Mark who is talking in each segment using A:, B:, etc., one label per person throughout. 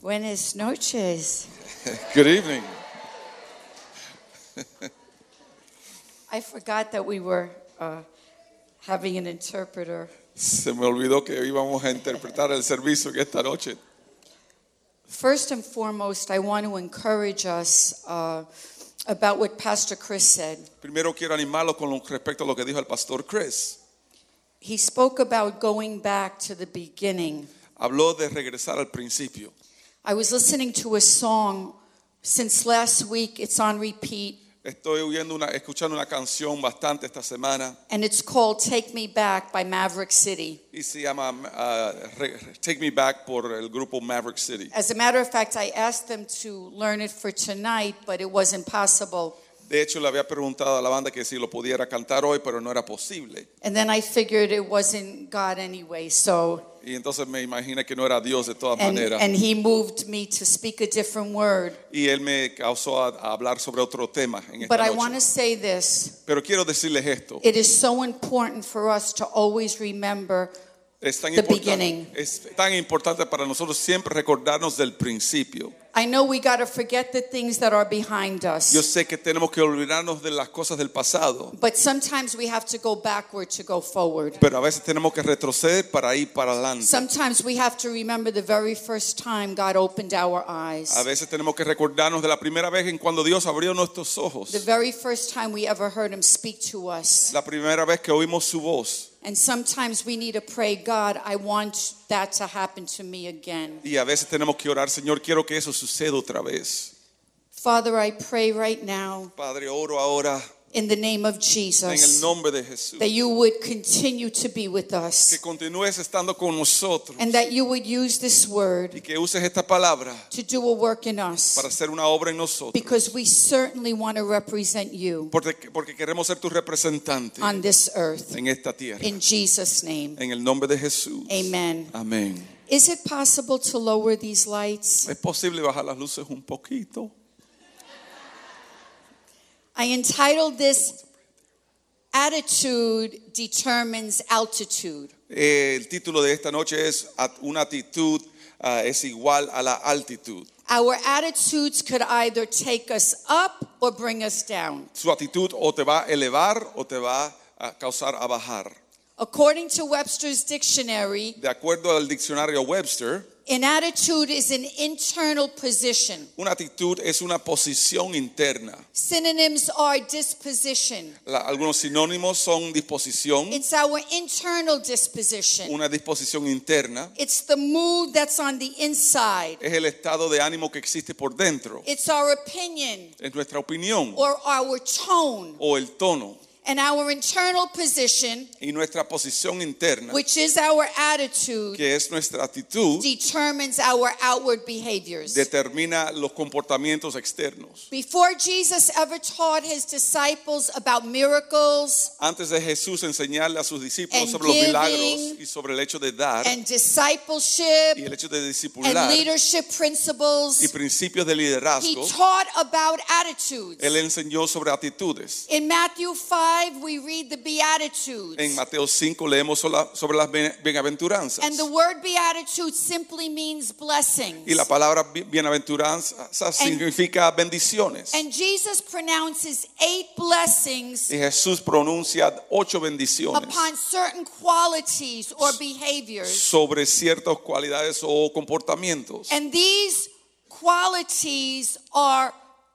A: Buenas noches.
B: Good evening.
A: I forgot that we were uh, having an interpreter.
B: Se me olvidó que íbamos a interpretar el servicio que esta noche.
A: First and foremost, I want to encourage us uh, about what Pastor Chris said.
B: Primero quiero animarlos con lo- respecto a lo que dijo el pastor Chris.
A: He spoke about going back to the beginning.
B: Habló de regresar al principio.
A: I was listening to a song since last week, it's on repeat,
B: Estoy oyendo una, escuchando una canción bastante esta semana
A: and it's called Take Me Back by Maverick City.
B: y se llama ah, Re- Take Me Back por el grupo Maverick City.
A: As a matter of fact, I asked them to learn it for tonight, but it wasn't possible.
B: De hecho, le había preguntado a la banda que si lo pudiera cantar hoy, pero no era posible.
A: And then I figured it wasn't God anyway, so
B: Y entonces me imaginé que no era Dios de todas
A: and,
B: maneras.
A: and he moved me to speak a different word.
B: y él me causó a, a hablar sobre otro tema en esta
A: But I
B: noche.
A: want to say this.
B: Pero quiero decirles esto.
A: It is so important for us to always remember
B: Es tan,
A: The
B: importante,
A: beginning.
B: es tan importante para nosotros siempre recordarnos del principio.
A: I know we got to forget the things that are behind
B: Yo
A: us.
B: sé que tenemos que olvidarnos de las cosas del pasado,
A: But sometimes we have to go backward to go forward.
B: pero a veces tenemos que retroceder para ir para adelante.
A: Sometimes we have to remember the very first time God opened our
B: A
A: eyes.
B: veces tenemos que recordarnos de la primera vez en cuando Dios abrió nuestros ojos,
A: The very first time we ever heard him speak to us.
B: la primera vez que oímos su voz.
A: And sometimes we need to pray, God, I want that to happen to me again.
B: Y a veces tenemos que orar, Señor, quiero que eso suceda otra vez.
A: Father, I pray right now
B: Padre, oro ahora
A: in the name of
B: en el
A: Jesus
B: nombre de Jesús.
A: that you would continue to be with
B: Que
A: us
B: continúes estando con nosotros
A: and that you would use this
B: y
A: word
B: que uses esta palabra
A: to do a work in
B: para
A: us
B: hacer una obra en nosotros.
A: because we certainly want to represent you
B: Porque, porque queremos ser tu representante
A: on this earth.
B: en esta tierra.
A: In Jesus' name,
B: En el nombre de Jesús.
A: amen.
B: Amén.
A: Is it possible to lower these lights?
B: ¿Es posible bajar las luces un poquito?
A: I entitled this Attitude Determines Altitude.
B: Eh, el título de esta noche es At- Una actitud ah, es igual a la altitud.
A: Our attitudes could either take us up or bring us down.
B: Su actitud o te va a elevar o te va a causar a bajar.
A: According to Webster's dictionary,
B: De acuerdo al diccionario Webster,
A: an attitude is an internal position.
B: una actitud es una posición interna.
A: Synonyms are disposition.
B: La- algunos sinónimos son disposición,
A: It's our internal disposition.
B: una disposición interna,
A: It's the mood that's on the inside.
B: es el estado de ánimo que existe por dentro,
A: It's our opinion
B: es nuestra opinión
A: or our tone.
B: o el tono.
A: And our internal position,
B: Y nuestra posición interna,
A: which is our attitude,
B: que es nuestra actitud,
A: determines our outward behaviors.
B: determina los comportamientos externos.
A: Before Jesus ever taught his disciples about miracles
B: Antes de Jesús enseñarle a sus discípulos
A: And
B: sobre los milagros
A: giving.
B: y sobre el hecho de dar
A: and discipleship
B: y el hecho de
A: and
B: discipular
A: leadership
B: y
A: principles,
B: principios de
A: he
B: liderazgo,
A: taught about
B: él
A: attitudes.
B: enseñó sobre actitudes.
A: In Matthew 5, we read the
B: En
A: Beatitudes.
B: Mateo 5 leemos sola- sobre las ben- bienaventuranzas.
A: And the word beatitude simply means blessings.
B: Y E la palabra bi- bienaventuranza significa bendiciones.
A: And Jesus pronounces eight blessings
B: Y Jesús pronuncia ocho bendiciones
A: upon certain qualities or behaviors.
B: sobre ciertas cualidades o comportamientos.
A: And these qualities are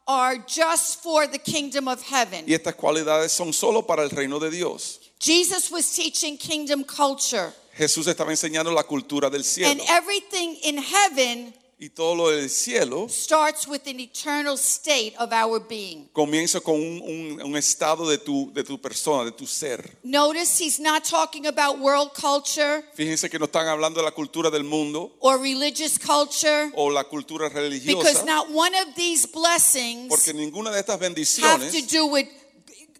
A: are just for the kingdom of
B: Y
A: heaven.
B: estas cualidades son solo para el reino de Dios.
A: Jesus was teaching kingdom culture
B: Jesús estaba enseñando la cultura del
A: and
B: cielo.
A: everything in heaven
B: Y todo lo del cielo
A: starts with an eternal state of our being.
B: comienza con un, un- un estado de tu, de tu persona, de tu ser.
A: Notice he's not talking about world culture
B: Fíjense que no están hablando de la cultura del mundo
A: or religious culture
B: o la cultura
A: because
B: religiosa,
A: not one of these
B: ¿ah? porque
A: blessings
B: ninguna de estas
A: have to
B: bendiciones
A: do with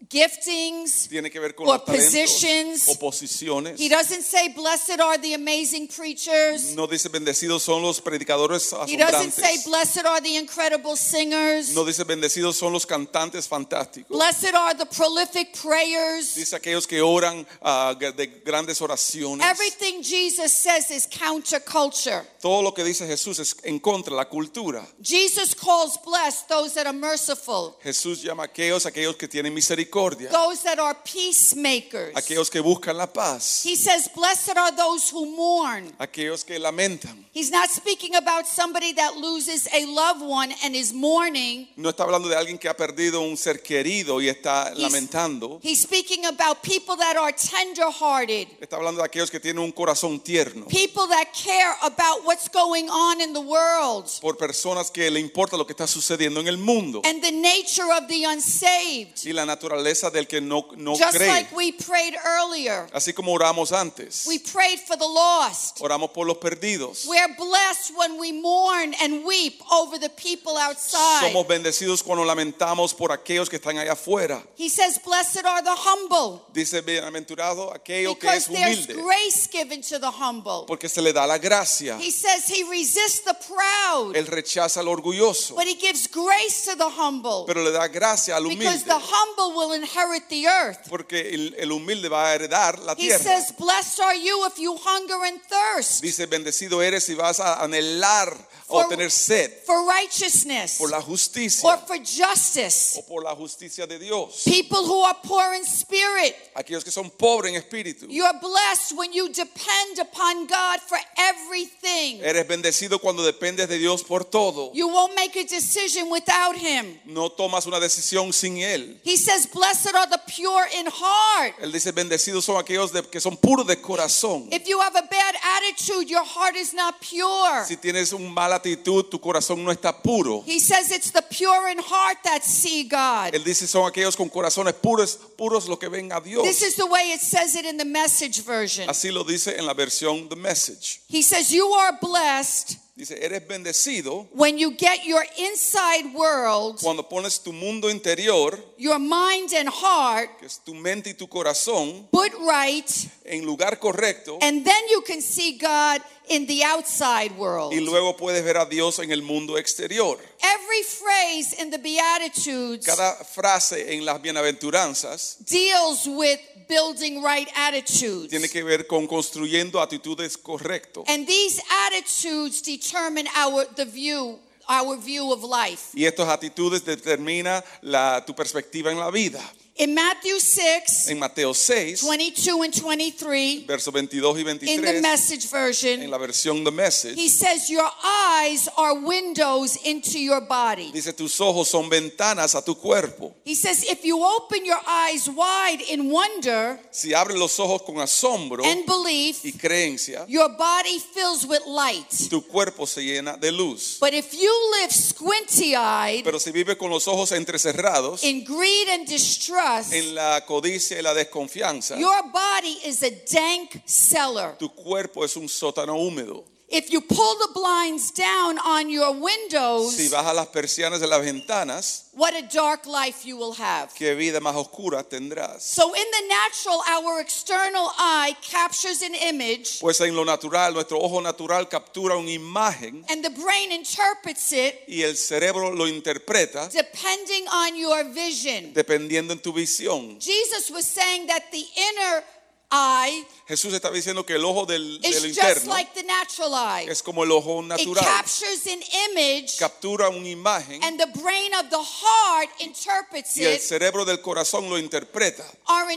A: giftings.
B: tiene que ver con
A: Or
B: los talentos
A: positions.
B: o posiciones.
A: He doesn't say, Blessed are the amazing preachers.
B: No dice bendecidos son los predicadores
A: He doesn't say,
B: asombrantes.
A: Blessed are the incredible singers.
B: No dice bendecidos son los cantantes fantásticos.
A: Blessed are the prolific prayers.
B: Dice aquellos que oran ah, de grandes oraciones.
A: Everything Jesus says is counterculture.
B: Todo lo que dice Jesús es en contra de la cultura.
A: Jesus calls blessed those that are merciful,
B: Jesús llama a aquellos, aquellos que tienen misericordia,
A: those that are peacemakers.
B: aquellos que buscan la paz,
A: He says, Blessed are those who mourn.
B: aquellos que lamentan.
A: He's not speaking about somebody that loses a loved one and is mourning.
B: No está hablando de alguien que ha perdido un ser querido y está
A: He's-
B: lamentando.
A: He's speaking about people that are tenderhearted,
B: Está hablando de aquellos que tienen un corazón tierno.
A: people that care about what's going on in the world
B: Por personas que le importa lo que está sucediendo en el mundo.
A: and the nature of the unsaved.
B: Y la naturaleza del que no, no
A: Just
B: cree.
A: like we prayed earlier,
B: Así como oramos antes.
A: we prayed for the lost.
B: Oramos por los perdidos.
A: We're blessed when we mourn and weep over the people outside.
B: Somos bendecidos cuando lamentamos por aquellos que están allá afuera.
A: He says, Blessed are the humble,
B: Dice bienaventurado aquello que
A: because
B: es
A: there's
B: humilde,
A: grace given to the humble.
B: porque se le da la gracia.
A: He says he resists the proud,
B: Él rechaza al orgulloso,
A: but he gives grace to the humble,
B: pero le da gracia al
A: because
B: humilde,
A: the humble will inherit the earth.
B: porque el, el humilde va a heredar la
A: He
B: tierra.
A: says, Blessed are you if you hunger and thirst
B: Dice, bendecido eres y vas a anhelar o
A: For-
B: tener sed
A: for righteousness
B: por la
A: or
B: justicia
A: for justice.
B: o por la justicia de Dios.
A: People who are poor in spirit,
B: Aquellos que son pobres en espíritu.
A: you're blessed when you depend upon God for everything.
B: Eres bendecido cuando dependes de Dios por todo.
A: You won't make a decision without him.
B: No tomas una decisión sin Él.
A: He says, Blessed are the pure in heart.
B: Él dice, bendecidos son aquellos de- que son puros de corazón.
A: If you have a bad attitude, your heart is not pure.
B: Si tienes una mala actitud, tu corazón no está puro.
A: He says it's the pure in heart that see God.
B: Él dice, son aquellos con corazones puros, puros los que ven a Dios.
A: This is the way it says it in the message version.
B: Así lo dice en la versión The Message.
A: He says, You are blessed
B: Dice, eres bendecido
A: when you get your inside world,
B: cuando pones tu mundo interior,
A: your mind and heart,
B: que es tu mente y tu corazón,
A: put right,
B: en lugar correcto
A: and then you can see God in the outside world.
B: y luego puedes ver a Dios en el mundo exterior.
A: Every phrase in the Beatitudes
B: Cada frase en las bienaventuranzas
A: deals with building right
B: tiene
A: attitudes.
B: que ver con construyendo actitudes correctas.
A: And these attitudes determine our the view, our view of life.
B: Y estas actitudes determina la, tu perspectiva en la vida.
A: In Matthew 6,
B: En Mateo 6,
A: 22 and 23,
B: versos 22 y
A: in the
B: 23,
A: message
B: en
A: version,
B: la versión The Message,
A: he says, Your eyes are windows into your body.
B: dice, tus ojos son ventanas a tu cuerpo.
A: He says, If you open your eyes wide in wonder
B: Si abres los ojos con asombro
A: and belief,
B: y creencia,
A: your body fills with light.
B: tu cuerpo se llena de luz.
A: But if you live squinty eyed
B: Pero si vives con los ojos entrecerrados
A: in greed and distrust,
B: en la codicia y la desconfianza,
A: your body is a dank cellar.
B: tu cuerpo es un sótano húmedo.
A: If you pull the blinds down on your
B: Si
A: windows,
B: bajas las persianas de las ventanas,
A: what a dark life you will have.
B: qué vida más oscura tendrás.
A: So, in the natural, our external eye captures an image,
B: Pues en lo natural, nuestro ojo natural captura una imagen
A: and the brain interprets it
B: y el cerebro lo interpreta
A: depending on your vision.
B: dependiendo en tu visión.
A: Jesus was saying that the inner eye
B: Jesús está diciendo que el ojo del, de lo
A: is just
B: interno
A: like the natural eye,
B: es como el ojo
A: it
B: natural.
A: captures an image,
B: Captura una imagen
A: and the brain of the heart interprets
B: y el
A: it.
B: cerebro del corazón lo interpreta.
A: Our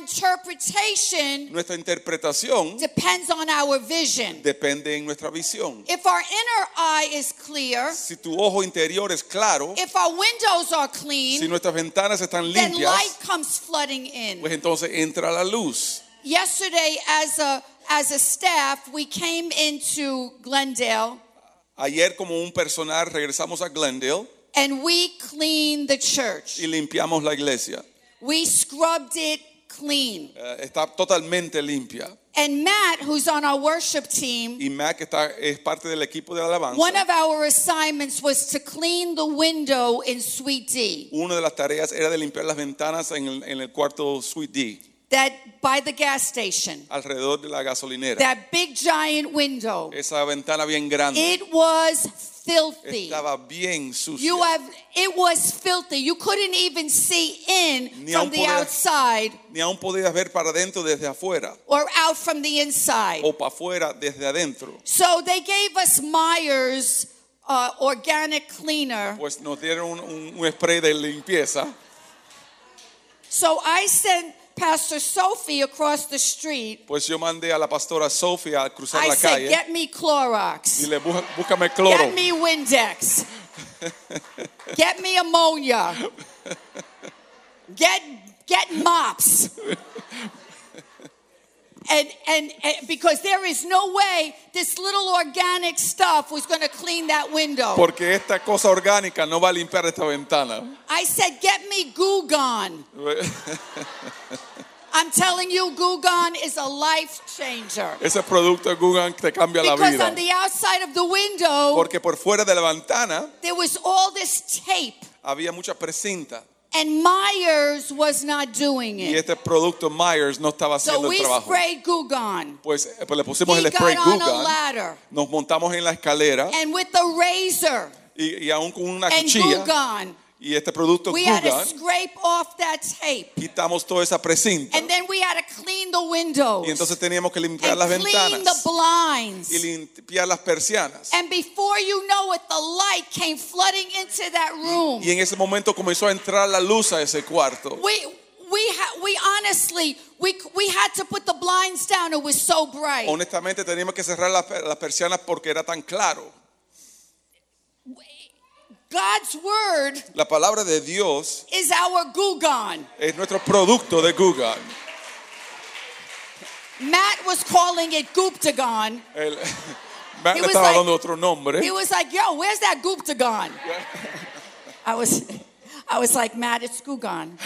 A: interpretation
B: Nuestra interpretación
A: depends on our vision.
B: depende en nuestra visión.
A: If our inner eye is clear,
B: Si tu ojo interior es claro,
A: if our windows are
B: si
A: clean,
B: nuestras ventanas están
A: then light
B: limpias,
A: comes flooding in.
B: pues entonces entra la luz.
A: Yesterday, as a as a staff, we came into Glendale
B: Ayer como un personal regresamos a Glendale
A: and we cleaned the
B: y
A: church.
B: limpiamos la iglesia.
A: We scrubbed it, clean.
B: Eh, está totalmente limpia.
A: And Matt, who's on our worship team,
B: Y Mac está, es parte del equipo de alabanza.
A: one of our assignments was to clean the window in Suite D,
B: Una de las tareas era de limpiar las ventanas en el, en el cuarto Suite D,
A: that by the gas station,
B: alrededor de la gasolinera.
A: that big giant window.
B: Esa ventana bien grande
A: It was filthy.
B: estaba bien sucia.
A: You have it was filthy. You couldn't even see in
B: Ni
A: from
B: aun
A: the
B: podías-
A: outside
B: Ni aún podías ver para adentro desde afuera
A: or out from the inside.
B: o para afuera desde adentro.
A: So they gave us Myers uh, organic cleaner.
B: Pues nos dieron un, un- un spray de limpieza.
A: So I sent Pastor Sophie across the street.
B: Pues yo mandé a la pastora Sofía a cruzar
A: I
B: la
A: said,
B: calle
A: "Get me Clorox.
B: y le bu- búscame cloro.
A: Get me Windex. Get me ammonia. Get get mops. And, and and because there is no way this little organic stuff was going to clean that window.
B: Porque esta cosa orgánica no va a limpiar esta ventana.
A: I said, get me Goo Gone. I'm telling you, Goo Gone is a life changer.
B: Ese producto de Google te cambia la
A: Because
B: vida.
A: on the outside of the window,
B: Porque por fuera de la ventana
A: there was all this tape,
B: había mucha precinta
A: and Myers was not doing
B: y
A: it.
B: este producto Myers no estaba haciendo
A: So
B: el
A: we
B: trabajo.
A: sprayed Goo Gone.
B: Pues, eh, pues le pusimos
A: He
B: el
A: got
B: spray
A: on
B: Google,
A: a ladder
B: nos montamos en la escalera
A: and with the razor
B: y, y aún con una
A: and Goo
B: cuchilla
A: Gone,
B: y este producto
A: we had to
B: Google
A: scrape off that tape.
B: quitamos toda esa precinta
A: And then we had to clean the
B: y
A: windows
B: entonces teníamos que limpiar
A: and
B: las
A: clean the
B: ventanas y
A: blinds.
B: limpiar las persianas.
A: And before you know it, the light came flooding into that room.
B: Y en ese momento comenzó a entrar la luz a ese cuarto.
A: We we ha- we honestly we we had to put the blinds down. It was so bright.
B: Honestamente teníamos que cerrar las, per- las persianas porque era tan claro.
A: God's word
B: La palabra de Dios
A: is our gugon.
B: es nuestro producto de Google.
A: Matt was calling it Guptagon.
B: El, Matt
A: He
B: le
A: was
B: estaba
A: like-
B: dando otro nombre.
A: He was like, "Yo, where's that Guptagon?" I was I was like, "Matt, it's gugon."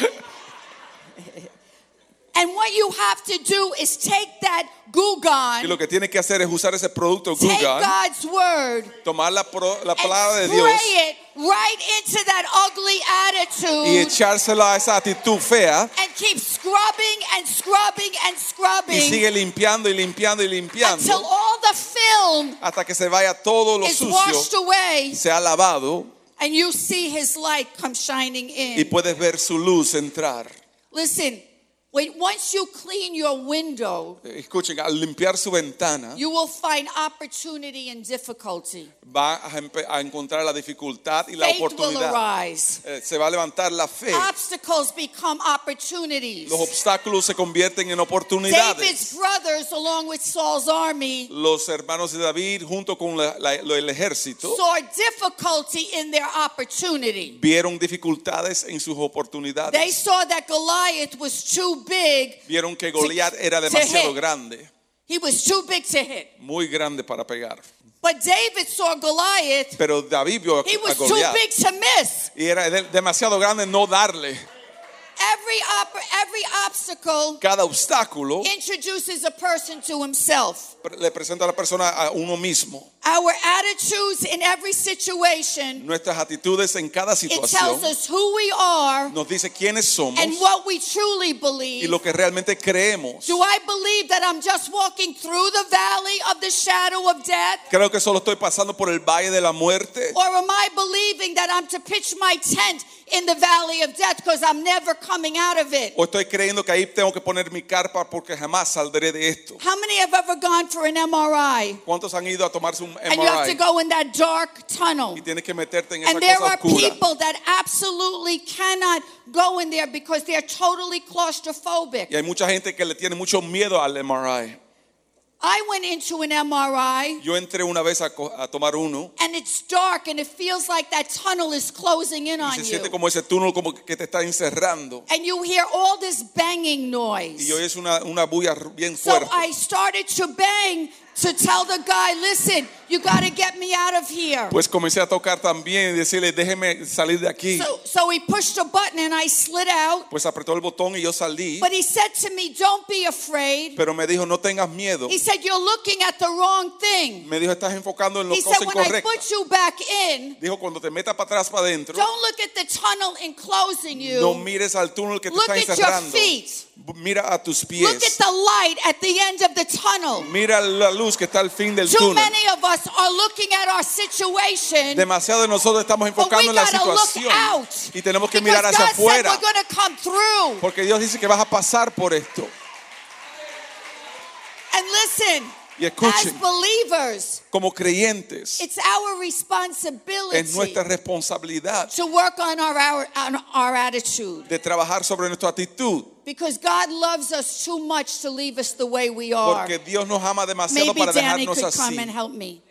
A: And what you have to do is take that
B: Y
A: gugon,
B: lo que tiene que hacer es usar ese producto
A: take
B: Google,
A: God's word,
B: tomar la, pro- la palabra de
A: and
B: Dios
A: spray it right into that ugly
B: y
A: attitude
B: echársela a esa actitud fea
A: and keep scrubbing and scrubbing and
B: y
A: scrubbing
B: sigue limpiando y limpiando y
A: until
B: limpiando
A: all the film
B: hasta que se vaya todo lo
A: is
B: sucio,
A: washed away
B: se ha lavado
A: and you see his light come shining
B: y
A: in.
B: puedes ver su luz entrar.
A: Listen, when, once you clean your window,
B: Eh, Escuchen, al limpiar su ventana
A: you will find opportunity and difficulty.
B: va a, empe- a encontrar la dificultad y la
A: Faith will
B: oportunidad.
A: arise.
B: Eh, se va a levantar la fe.
A: Obstacles become opportunities.
B: Los obstáculos se convierten en oportunidades.
A: David's brothers, along with Saul's army,
B: Los hermanos de David, junto con la- la- lo- el ejército,
A: saw difficulty in their opportunity.
B: vieron dificultades en sus
A: They
B: oportunidades.
A: saw that Goliath was too big.
B: Vieron que Goliat era
A: to
B: demasiado
A: hit.
B: grande,
A: He was too big to hit.
B: muy grande para pegar.
A: But David saw Goliath.
B: Pero David vio a,
A: He
B: a
A: was too
B: Goliat
A: big to miss.
B: y era de- demasiado grande no darle.
A: Every op- every obstacle
B: Cada obstáculo
A: introduces a person to himself.
B: pre- le presenta a la persona a uno mismo.
A: Our attitudes in every situation
B: Nuestras actitudes en cada
A: it tells
B: situación
A: us who we are
B: nos dice quiénes somos
A: and what we truly
B: y
A: believe.
B: lo que realmente creemos.
A: Do I believe that I'm just walking through the valley of the shadow of death?
B: Creo que solo estoy pasando por el valle de la muerte.
A: Or am I believing that I'm to pitch my tent in the valley of death because I'm never coming out of it?
B: O estoy creyendo que ahí tengo que poner mi carpa porque jamás saldré de esto.
A: How many have ever gone for an MRI?
B: ¿Cuántos han ido a tomarse un
A: And you have to
B: MRI?
A: go in that dark tunnel.
B: Y tienes que meterte en esa
A: And there
B: cosa
A: are
B: oscura.
A: people that absolutely cannot go in there because they're totally claustrophobic.
B: Y hay mucha gente que le tiene mucho miedo al MRI.
A: I went into an MRI
B: Yo entré una vez a, co- a tomar uno
A: and it's dark and it feels like that tunnel is closing in
B: y
A: on
B: se siente
A: you.
B: como ese túnel como que te está encerrando.
A: And you hear all this banging
B: Y yo
A: noise.
B: es una, una bulla r- bien
A: So
B: fuerte.
A: I started to bang to tell the guy, listen, you got to get me out of here.
B: Pues comencé a tocar también y decirle, déjeme salir de aquí.
A: So, so he pushed a button and I slid out.
B: Pues apretó el botón y yo salí.
A: But he said to me, don't be afraid.
B: Pero me dijo, no tengas miedo.
A: He said, you're looking at the wrong thing.
B: Me dijo, estás enfocando
A: He
B: en las
A: said,
B: cosas
A: when I
B: incorrectas.
A: put you back in,
B: Dijo, cuando te metas para atrás, para adentro,
A: don't look at the tunnel enclosing
B: no
A: you.
B: mires al túnel que te
A: Look
B: está
A: at your
B: encerrando.
A: feet.
B: Mira a tus
A: Look at
B: pies.
A: the light at the end of the tunnel.
B: Mira la luz que está al fin del
A: Too
B: túnel.
A: many of us are looking at our situation.
B: Demasiado de nosotros estamos
A: But we
B: enfocando en la
A: gotta look
B: situación
A: out.
B: y tenemos que
A: Because
B: mirar hacia
A: God said
B: afuera
A: we're going to come through.
B: porque Dios dice que vas a pasar por esto.
A: And listen,
B: Y
A: as
B: escuchen,
A: believers,
B: como creyentes,
A: it's our
B: es
A: responsibility
B: nuestra responsabilidad
A: to work on our, our on our attitude
B: de trabajar sobre nuestra actitud
A: because God loves us too much to leave us the way we are.
B: porque Dios nos ama demasiado
A: Maybe
B: para
A: Danny
B: dejarnos
A: could come
B: así.
A: and help me.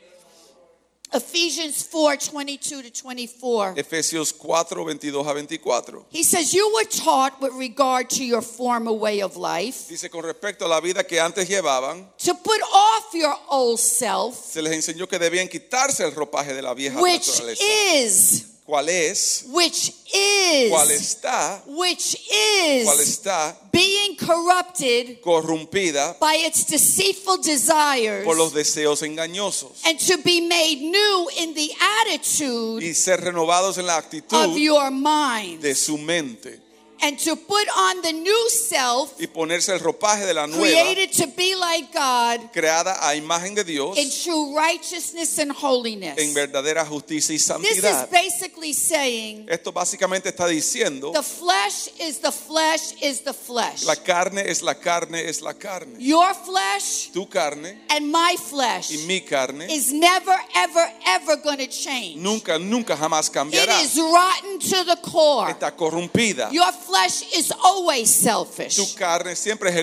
A: Ephesians 4, 22 to 24.
B: Efesios 4, 22 a 24.
A: He says, You were taught with regard to your former way of life
B: Dice, con respecto a la vida que antes llevaban,
A: to put off your old self,
B: se les enseñó que debían quitarse el ropaje de la vieja
A: which
B: naturaleza.
A: is,
B: ¿Cuál es?
A: which
B: ¿Cuál
A: is,
B: está?
A: which
B: ¿Cuál
A: is
B: está
A: being corrupted
B: corrompida
A: by its deceitful
B: por los
A: desires
B: deseos engañosos
A: and to be made new in the attitude
B: y ser renovados en la
A: of
B: actitud
A: your mind
B: de su mente
A: and to put on the new self
B: y ponerse el ropaje de la nueva
A: created to be like God
B: creada a imagen de Dios
A: in true righteousness and
B: en
A: holiness.
B: verdadera justicia y
A: This is
B: santidad.
A: basically saying
B: Esto básicamente está diciendo,
A: the flesh is the flesh is the flesh.
B: la carne es la carne es la carne.
A: Your flesh
B: Tu carne
A: and my flesh
B: y mi carne
A: is never, ever, ever going to change.
B: nunca, nunca jamás
A: It
B: cambiará.
A: is rotten to the core.
B: Está corrompida.
A: Your flesh is always
B: Tu
A: selfish.
B: carne siempre es
A: It's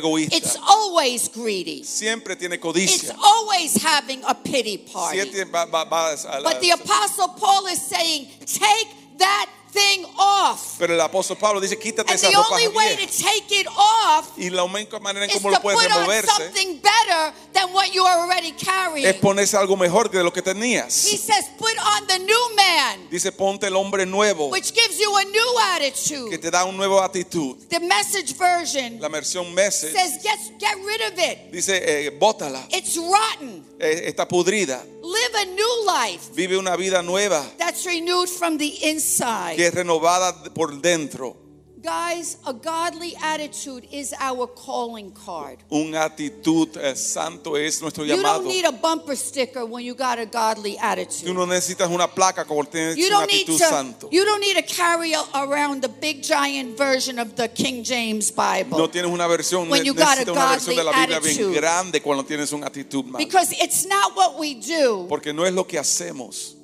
B: egoísta.
A: always greedy.
B: Siempre tiene
A: It's
B: codicia.
A: always having a pity party.
B: Siempre va, va- va a la-
A: But the Apostle Paul is saying, take that thing off.
B: Pero el apóstol Pablo dice, quítate
A: And
B: esa
A: the
B: ropa
A: only way to take it off
B: Y la única manera en
A: is to
B: cómo lo puedes
A: put on
B: removerse
A: something better than what you are already
B: es
A: carrying.
B: ponerse algo mejor que de lo que
A: He
B: tenías.
A: says, put on the new man,
B: Dice, ponte el hombre nuevo
A: which gives you a new
B: que
A: attitude.
B: te da una nueva actitud.
A: The message version
B: La versión Message
A: says, get, get rid of it.
B: dice, eh, bótala,
A: It's rotten.
B: eh, está pudrida.
A: Live a new life
B: Vive una vida nueva
A: that's renewed from the inside.
B: que es renovada por dentro.
A: Guys, a godly attitude is our calling card.
B: Una actitud eh, santo es nuestro
A: You don't
B: llamado.
A: need a bumper sticker when you got a godly
B: Tú
A: attitude.
B: no necesitas una placa como tienes
A: You
B: una
A: don't need
B: actitud
A: to
B: santo.
A: you don't need to carry a- around the big giant version of the King James
B: No
A: Bible
B: tienes una versión,
A: When
B: ne-
A: you got a
B: necesitas una versión de la
A: godly
B: Biblia bien
A: attitude.
B: grande cuando tienes una actitud mala.
A: because it's not what we do,
B: Porque no es lo que hacemos,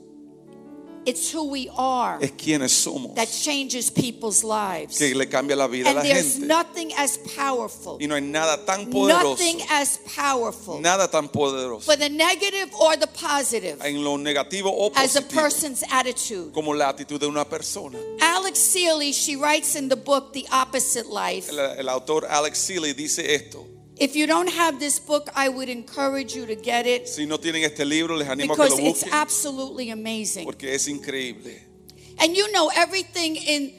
A: it's who we are
B: es quienes somos
A: that changes people's lives.
B: que le cambia la vida a
A: And
B: la
A: there's
B: gente.
A: nothing as powerful,
B: Y no hay nada tan poderoso,
A: nothing as powerful
B: nada tan poderoso
A: for the negative or the positive
B: en lo negativo o
A: as a
B: positivo
A: person's attitude.
B: como la actitud de una persona.
A: Alex Seeley, she writes in the book The Opposite Life.
B: El, el autor Alex Seeley dice esto.
A: If you don't have this book, I would encourage you to get it
B: Si no tienen este libro, les animo a que lo
A: because it's
B: busquen
A: absolutely amazing.
B: porque es increíble.
A: And you know everything in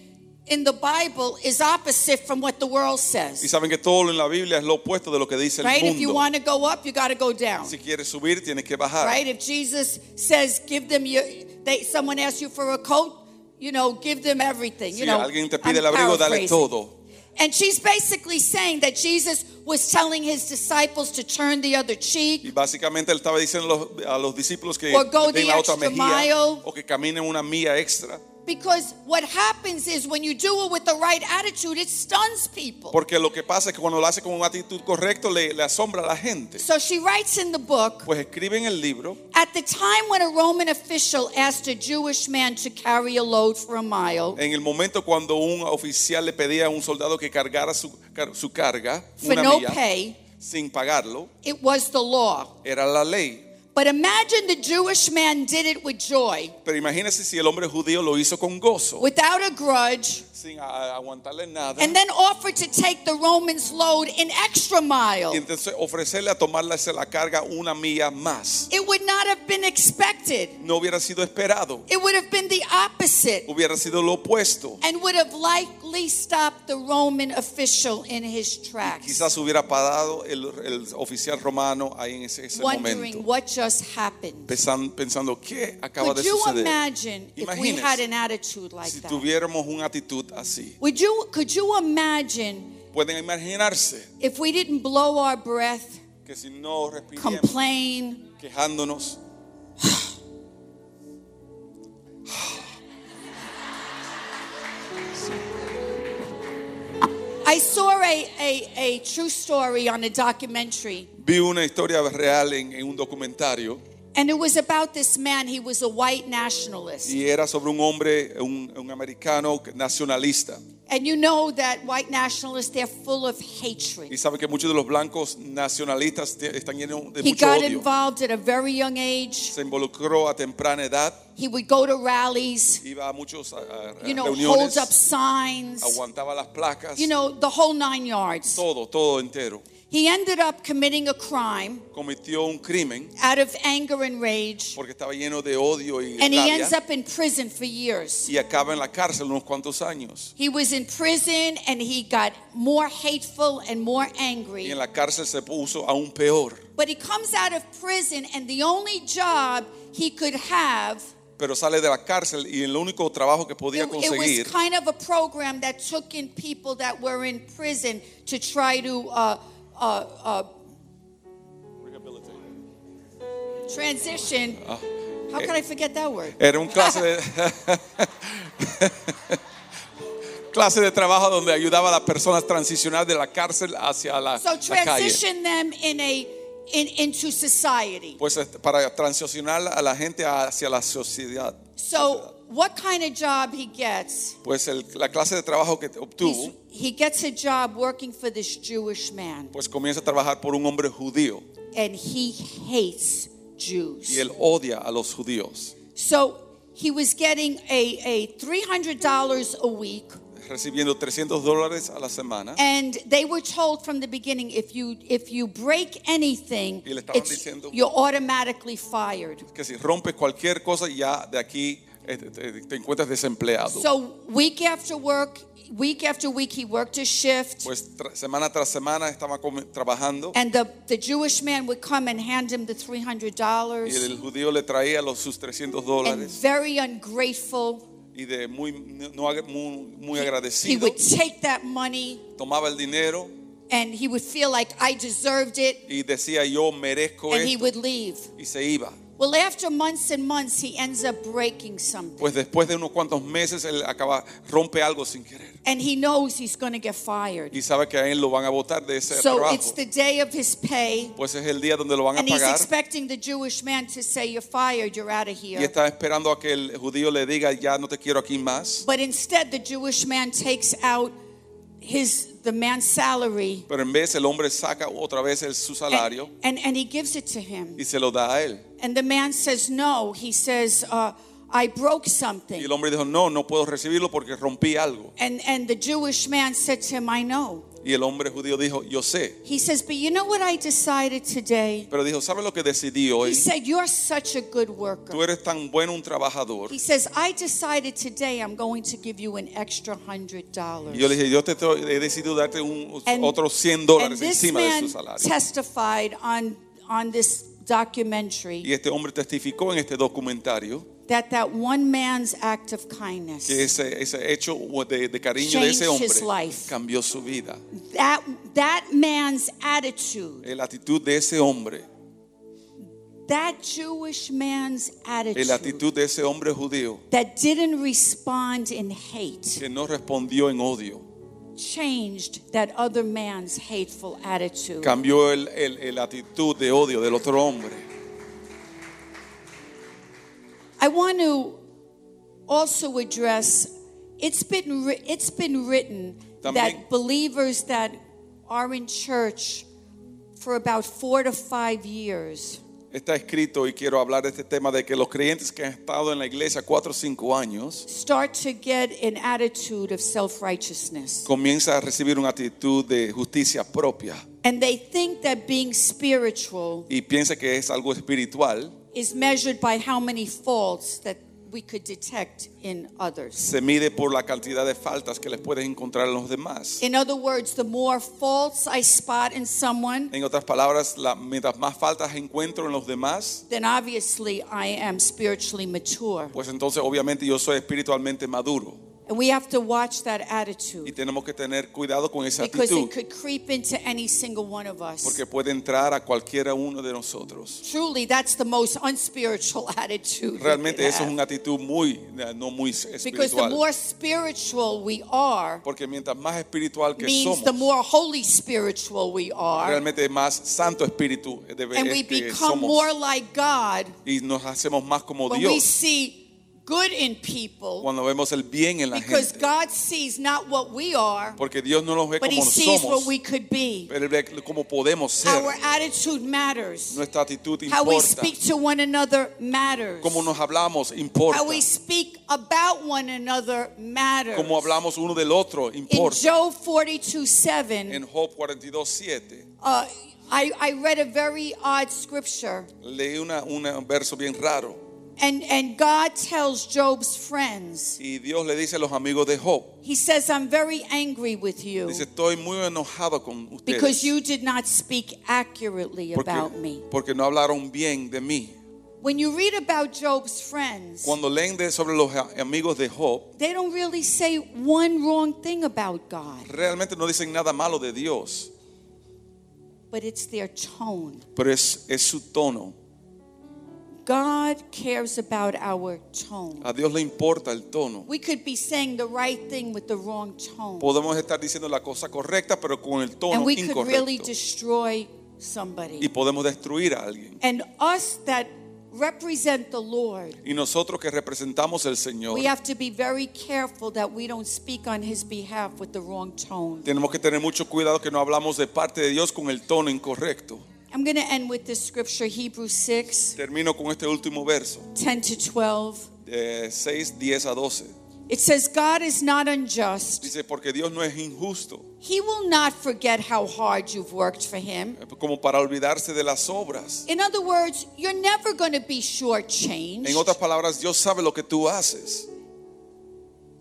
A: in the Bible is opposite from what the world
B: Y
A: says.
B: saben que todo en la Biblia es lo opuesto de lo que dice el
A: Right? If you
B: mundo.
A: want to go up, you got to go down.
B: Si quieres subir, tienes que bajar.
A: Right? If Jesus says give them your they someone asks you for a coat, you know, give them everything,
B: Si
A: you know.
B: alguien te
A: I'm
B: pide el abrigo, dale
A: paraphrasing.
B: todo.
A: And she's basically saying that Jesus was telling his disciples to turn the other
B: Y
A: cheek.
B: básicamente él estaba diciendo a los, a los discípulos que
A: Or go
B: den
A: the
B: la otra
A: extra
B: mejilla
A: mile.
B: o que caminen una milla extra.
A: Because what happens is when you do it with the right attitude, it stuns people.
B: Porque lo que pasa es que cuando lo hace con una actitud correcta le, le asombra a la gente.
A: So she writes in the book
B: Pues escribe en el libro
A: At the time when a Roman official asked a Jewish man to carry a load for a mile,
B: en el momento cuando un oficial le pedía a un soldado que cargara su, car- su carga,
A: for
B: una
A: no
B: milla,
A: pay,
B: sin pagarlo,
A: it was the law.
B: era la ley.
A: But imagine the Jewish man did it with joy,
B: Pero imagínense si el hombre judío lo hizo con gozo,
A: without a grudge,
B: sin a- a- aguantarle nada.
A: and then offered to take the Romans' load an extra mile.
B: y entonces ofrecerle a tomarle la carga una milla más.
A: It would not have been expected.
B: No hubiera sido esperado.
A: It would have been the opposite
B: Hubiera sido lo opuesto.
A: and would have likely stopped the Roman official in his tracks,
B: Quizás hubiera parado el, el oficial romano ahí en ese, ese
A: wondering
B: momento.
A: what just happened.
B: Pensan- Pensando, ¿qué acaba
A: Could
B: de
A: you
B: suceder?
A: imagine if we
B: Imagínese.
A: had an attitude like
B: Si
A: that?
B: tuviéramos una actitud así.
A: Would you, could you imagine
B: Pueden imaginarse
A: if we didn't blow our breath,
B: que si no respiramos
A: complain,
B: quejándonos,
A: I saw a, a, a true story on a documentary,
B: vi una historia real en, en un documentario
A: and it was about this man. He was a white nationalist.
B: y era sobre un hombre, un, un americano nacionalista.
A: And you know that white nationalists, they're full of hatred.
B: Y saben que muchos de los blancos nacionalistas te- están llenos de
A: He
B: mucho
A: got
B: odio.
A: involved at a very young age.
B: Se involucró a temprana edad,
A: He would go to rallies,
B: iba a muchas
A: you know,
B: Uh, reuniones,
A: hold up signs,
B: aguantaba las placas,
A: you know, the whole nine yards.
B: todo, todo entero.
A: He ended up committing a crime
B: Cometió un crimen
A: out of anger and rage,
B: porque estaba lleno de odio y
A: and he
B: rabia
A: ends up in prison for years.
B: y acaba en la cárcel unos cuantos años.
A: He was in prison and he got more hateful and more
B: Y
A: angry.
B: en la cárcel se puso aún peor.
A: But he comes out of prison and the only job he could have
B: Pero sale de la cárcel y el único trabajo que
A: it,
B: podía
A: it
B: conseguir
A: was kind of a program that took in people that were in prison to try to uh, uh, uh, transition. How could I forget that word?
B: Ah, eh, era un clase de clase de trabajo donde ayudaba a las personas transicionar de la cárcel hacia la,
A: So
B: la calle.
A: transition them in a in, into society.
B: Pues este, para transicionar a la gente hacia la sociedad.
A: So what kind of job he gets?
B: Pues el- la clase de trabajo que
A: He's-
B: obtuvo,
A: He gets a job working for this Jewish man,
B: pues comienza a trabajar por un hombre judío
A: and he hates
B: y
A: Jews.
B: él odia a los judíos,
A: So he was getting a, a three hundred dollars a week,
B: recibiendo 300 dólares a la semana.
A: and they were told from the beginning if you if you break anything,
B: Y le estaban
A: it's,
B: diciendo-
A: you're automatically fired.
B: que si rompes cualquier cosa ya de aquí eh, te, te- te encuentras desempleado.
A: So week after work, week after week, he worked his shift.
B: pues tra- semana tras semana estaba com- trabajando
A: And the, the Jewish man would come and hand him the $300.
B: y el, el judío le traía los sus 300
A: and
B: dólares
A: very ungrateful.
B: y de muy no, no agra- muy, muy
A: He
B: agradecido
A: would take that money
B: tomaba el dinero
A: and he would feel like I deserved it
B: y decía yo merezco
A: and he
B: esto
A: would leave.
B: y se iba.
A: Well, after months and months, he ends up breaking something
B: Pues después de unos cuantos meses él acaba rompe algo sin querer
A: and he knows he's going to get fired.
B: y sabe que a él lo van a votar de ese
A: So
B: trabajo.
A: it's the day of his pay
B: pues es el día donde lo van a
A: and he's
B: pagar
A: expecting the Jewish man to say, You're fired, you're out of
B: y
A: here.
B: está esperando a que el judío le diga ya no te quiero aquí más.
A: But instead, the Jewish man takes out his the man's salary
B: Pero en vez el hombre saca otra vez el, su salario
A: And, and, and he gives it to him.
B: y se lo da a él.
A: And the man says, No. He says, uh, I broke
B: Y
A: something.
B: el hombre dijo, no, no puedo recibirlo porque rompí algo.
A: And, and the Jewish man said to him, I know.
B: Y el hombre judío dijo, yo sé.
A: He says, But you know what I decided today?
B: Pero dijo, ¿sabe lo que decidí
A: He
B: hoy?
A: said, You're such a good
B: Tú
A: worker.
B: eres tan bueno un trabajador.
A: He says, I decided today I'm going to give you an extra hundred
B: Y yo le
A: dollars.
B: dije, yo te estoy- he decidido darte un,
A: And-
B: otros 100
A: And
B: dólares
A: this
B: encima de su
A: man
B: salario.
A: testified on, on this documentary
B: Y este hombre testificó en este documentario
A: that that one man's act of kindness.
B: que ese, ese hecho de, de cariño de ese
A: Changed his
B: hombre
A: life.
B: cambió su vida.
A: that that man's attitude
B: La actitud de ese hombre,
A: that jewish man's attitude
B: la actitud de ese hombre judío
A: that didn't respond in hate
B: que no respondió en odio.
A: changed that other man's hateful attitude
B: cambió el, el- el actitud de odio del otro hombre.
A: i want to also address it's been wri- it's been written
B: También-
A: that believers that are in church for about 4 to 5 years
B: está escrito y quiero hablar de este tema de que los creyentes que han estado en la iglesia cuatro o cinco años
A: start to get an attitude of self righteousness.
B: comienzan a recibir una actitud de justicia propia
A: And they think that being spiritual
B: y piensa que es algo espiritual,
A: is measured by how many faults that we could detect in others.
B: se mide por la cantidad de faltas que les puedes encontrar a los demás.
A: In other words, the more faults I spot in someone,
B: En otras palabras, la- mientras más faltas encuentro en los demás,
A: then obviously I am spiritually mature.
B: pues entonces obviamente yo soy espiritualmente maduro
A: And we have to watch that
B: y
A: attitude
B: tenemos que tener cuidado con esa
A: because
B: actitud
A: it could creep into any single one of us.
B: porque puede entrar a cualquiera uno de nosotros.
A: Truly, that's the most unspiritual attitude. we
B: Realmente
A: could
B: eso es
A: have.
B: una actitud muy eh, no muy
A: Because the
B: espiritual.
A: more spiritual we are,
B: Porque mientras más espiritual que
A: means the
B: somos,
A: more holy spiritual we are,
B: realmente más santo espíritu debe-
A: and we
B: es que
A: become
B: somos
A: more like God
B: y nos hacemos más como
A: when we
B: Dios.
A: see good in people,
B: cuando vemos el bien en la
A: because
B: gente.
A: God sees not what we are,
B: Porque Dios no nos ve
A: but He
B: como
A: sees what
B: somos,
A: we could be.
B: pero Él ve cómo podemos ser.
A: Our attitude matters.
B: Nuestra actitud
A: How we
B: importa.
A: speak to one another matters.
B: Cómo nos hablamos importa.
A: How we speak about one another matters.
B: Cómo hablamos uno del otro
A: In
B: importa.
A: Job 42 7,
B: En Job 42.7
A: uh, I, I read a very odd scripture.
B: leí una, una- un verso bien raro.
A: And, and God tells Job's friends,
B: Y Dios le dice a los amigos de Job,
A: He says, I'm very angry with you
B: dice, estoy muy enojado con
A: because
B: ustedes.
A: you did not speak accurately about
B: Porque,
A: me.
B: porque no hablaron bien de mí.
A: When you read about Job's friends,
B: Cuando leen de- sobre los a- amigos de Job,
A: they don't really say one wrong thing about God,
B: realmente no dicen nada malo de Dios,
A: but it's their tone.
B: pero es, es su tono.
A: God cares about our tone.
B: A Dios le importa el tono.
A: We could be saying the right thing with the wrong tone,
B: Podemos estar diciendo la cosa correcta, pero con el
A: and
B: tono
A: we could really
B: incorrecto.
A: destroy
B: Y
A: somebody.
B: podemos destruir a alguien.
A: And us that represent the Lord.
B: Y nosotros que representamos al Señor,
A: We have to be very careful that we don't speak on his behalf with the wrong tone.
B: tenemos que tener mucho cuidado que no hablamos de parte de Dios con el tono incorrecto.
A: I'm going to end with this scripture, Hebrews 6
B: Termino con este último verso,
A: 10 to 12.
B: de 6, 10 a 12.
A: It says, God is not unjust.
B: Dice, porque Dios no es injusto,
A: He will not forget how hard you've worked for him.
B: eh, como para olvidarse de las obras.
A: In other words, you're never going to be
B: En otras
A: shortchanged.
B: palabras, Dios sabe lo que tú haces,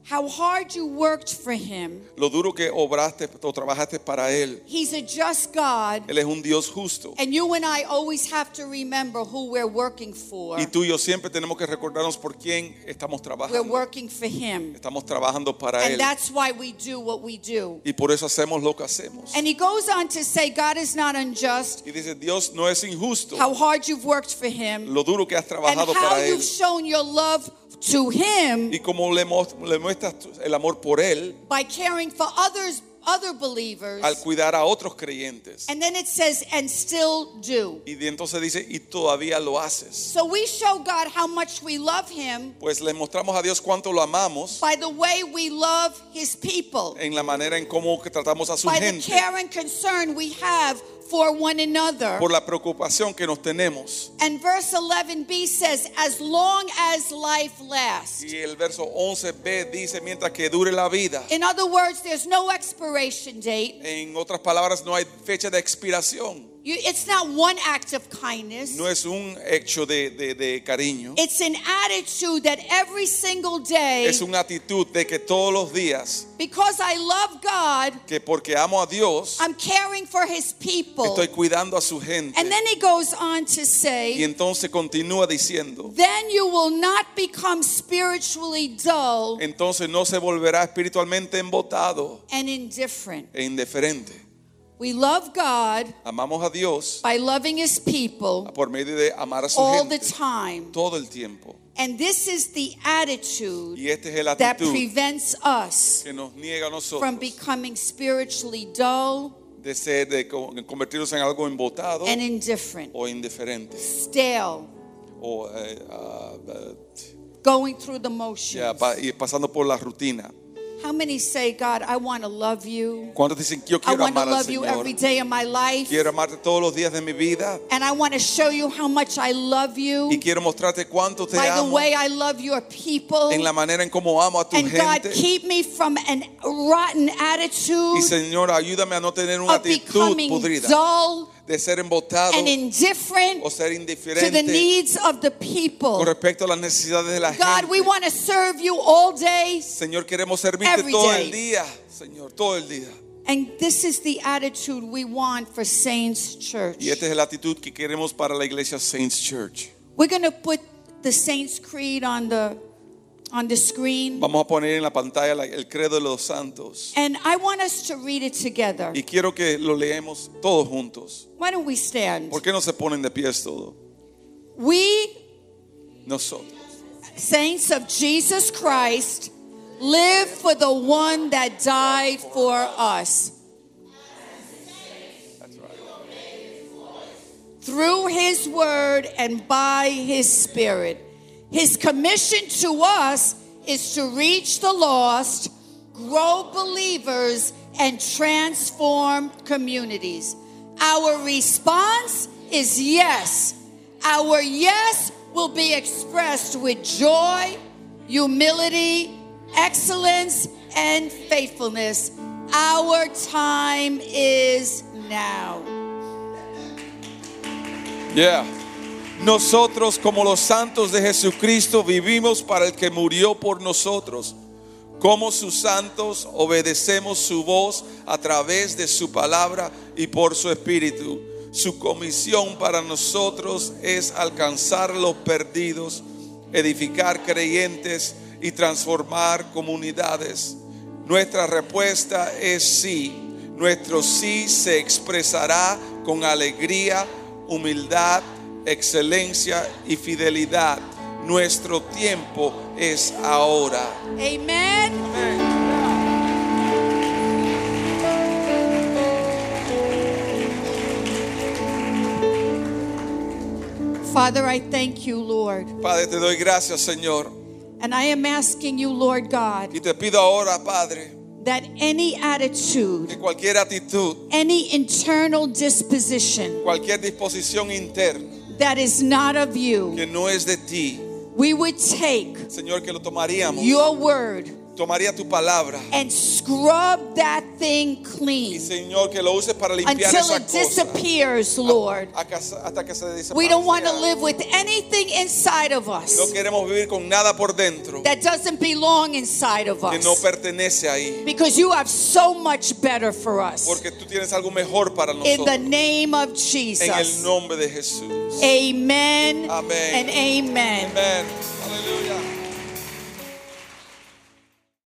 A: How hard you worked for him.
B: lo duro que obraste o trabajaste para Él.
A: He's a just God.
B: Él es un Dios justo.
A: And you and I always have to remember who we're working for.
B: Y tú y yo siempre tenemos que recordarnos por quién estamos
A: We're
B: trabajando.
A: working for him.
B: Estamos trabajando para
A: And
B: Él.
A: that's why we do what we do.
B: Y por eso hacemos lo que hacemos.
A: And he goes on to say, God is not unjust,
B: Y dice, Dios no es injusto.
A: how hard you've worked for him,
B: Lo duro que has
A: and
B: trabajado
A: how
B: para Él.
A: you've shown your love to him
B: Y como le, mos- le muestras tu- el amor por Él
A: by caring for others, other believers.
B: al cuidar a otros creyentes.
A: And then it says, and still do.
B: Y de- entonces dice, y todavía lo haces.
A: So we show God how much we love him
B: Pues le mostramos a Dios cuánto lo amamos
A: by the way we love his people,
B: en la manera en cómo que tratamos a su
A: by the
B: gente,
A: care and concern we have for one another.
B: por la preocupación que nos tenemos.
A: And verse 11b says, as long as life lasts.
B: Y el verso 11b dice, mientras que dure la vida.
A: In other words, there's no expiration date.
B: En otras palabras, no hay fecha de expiración.
A: You, it's not one act of kindness.
B: No es un hecho de, de- de cariño.
A: It's an attitude that every single day,
B: Es una actitud de que todos los días,
A: because I love God,
B: que porque amo a Dios,
A: I'm caring for His people.
B: estoy cuidando a su gente.
A: And then he goes on to
B: Y
A: say,
B: entonces continúa diciendo,
A: then you will not become spiritually dull
B: entonces no se volverá espiritualmente embotado
A: and indifferent.
B: e indiferente.
A: We love God
B: Amamos a Dios
A: by loving His people
B: por medio de amar a su
A: all the
B: gente
A: time.
B: todo el tiempo.
A: And this is the attitude
B: Y esta es la
A: that
B: actitud
A: prevents us.
B: que nos niega a
A: from
B: nosotros
A: becoming spiritually dull
B: de ser, de co- convertirnos en algo embotado
A: and indifferent,
B: o indiferente.
A: stale,
B: o eh, ah, ah,
A: going through the
B: ya,
A: motions.
B: pa- y pasando por la rutina.
A: How many say, God, I want to love you?
B: ¿Cuántos dicen yo
A: I
B: quiero
A: want to
B: amar al
A: love you
B: Señor?
A: every day of my life.
B: Quiero amarte todos los días de mi vida
A: And I want to show you how much I love
B: y
A: you
B: quiero mostrarte cuánto te
A: by the
B: amo
A: way I love your people.
B: en la manera en cómo amo a tu
A: And God,
B: gente.
A: keep me from an rotten
B: Y
A: attitude
B: Señor, ayúdame a no tener una
A: of
B: actitud
A: becoming
B: pudrida
A: dull
B: de ser embotado
A: and indifferent
B: o ser
A: to the
B: indiferente
A: needs of the
B: con
A: people.
B: respecto a las necesidades de la
A: God, we
B: gente.
A: want to serve you all day.
B: Señor, queremos servirte
A: Every
B: todo
A: day.
B: el día, Señor, todo el día.
A: And this is the attitude we want for Saints Church.
B: Y esta es la actitud que queremos para la iglesia Saints Church.
A: We're going to put the Saints Creed on the on the screen.
B: Vamos a poner en la pantalla la- el credo de los santos.
A: And I want us to read it together.
B: Y quiero que lo leemos todos juntos.
A: Why don't we stand?
B: ¿Por qué no se ponen de pies todos?
A: We,
B: Nosotros.
A: saints of Jesus Christ, live for the one that died for us. Through his word and by his spirit. His commission to us is to reach the lost, grow believers, and transform communities. Our response is yes. Our yes will be expressed with joy, humility, excellence, and faithfulness. Our time is now.
B: Yeah. Nosotros como los santos de Jesucristo vivimos para el que murió por nosotros. Como sus santos obedecemos su voz a través de su palabra y por su espíritu. Su comisión para nosotros es alcanzar los perdidos, edificar creyentes y transformar comunidades. Nuestra respuesta es sí. Nuestro sí se expresará con alegría, humildad, excelencia y fidelidad. Nuestro tiempo es ahora.
A: Amen. Father, I thank you, Lord.
B: Padre, te doy gracias, Señor.
A: And I am asking you, Lord God,
B: Y te pido ahora, Padre,
A: that any attitude,
B: que cualquier actitud,
A: any internal disposition
B: cualquier disposición interna
A: that is not of you,
B: que no es de ti,
A: we would take
B: Señor, que lo tomaríamos.
A: your word
B: Tomaría tu palabra.
A: and scrub that thing
B: Y
A: clean
B: Señor, que lo uses para limpiar
A: until
B: esa
A: it
B: cosa.
A: disappears, Lord.
B: A- a- Hasta que se desaparezca.
A: We don't want to live with anything inside of
B: No
A: us
B: queremos vivir con nada por dentro
A: that doesn't belong inside of
B: que no
A: us
B: pertenece ahí.
A: because you have so much better for us.
B: Porque tú tienes algo mejor para
A: In the
B: nosotros.
A: name of
B: En el
A: Jesus.
B: nombre de Jesús.
A: Amen
B: Amén.
A: and amen.
B: Amén.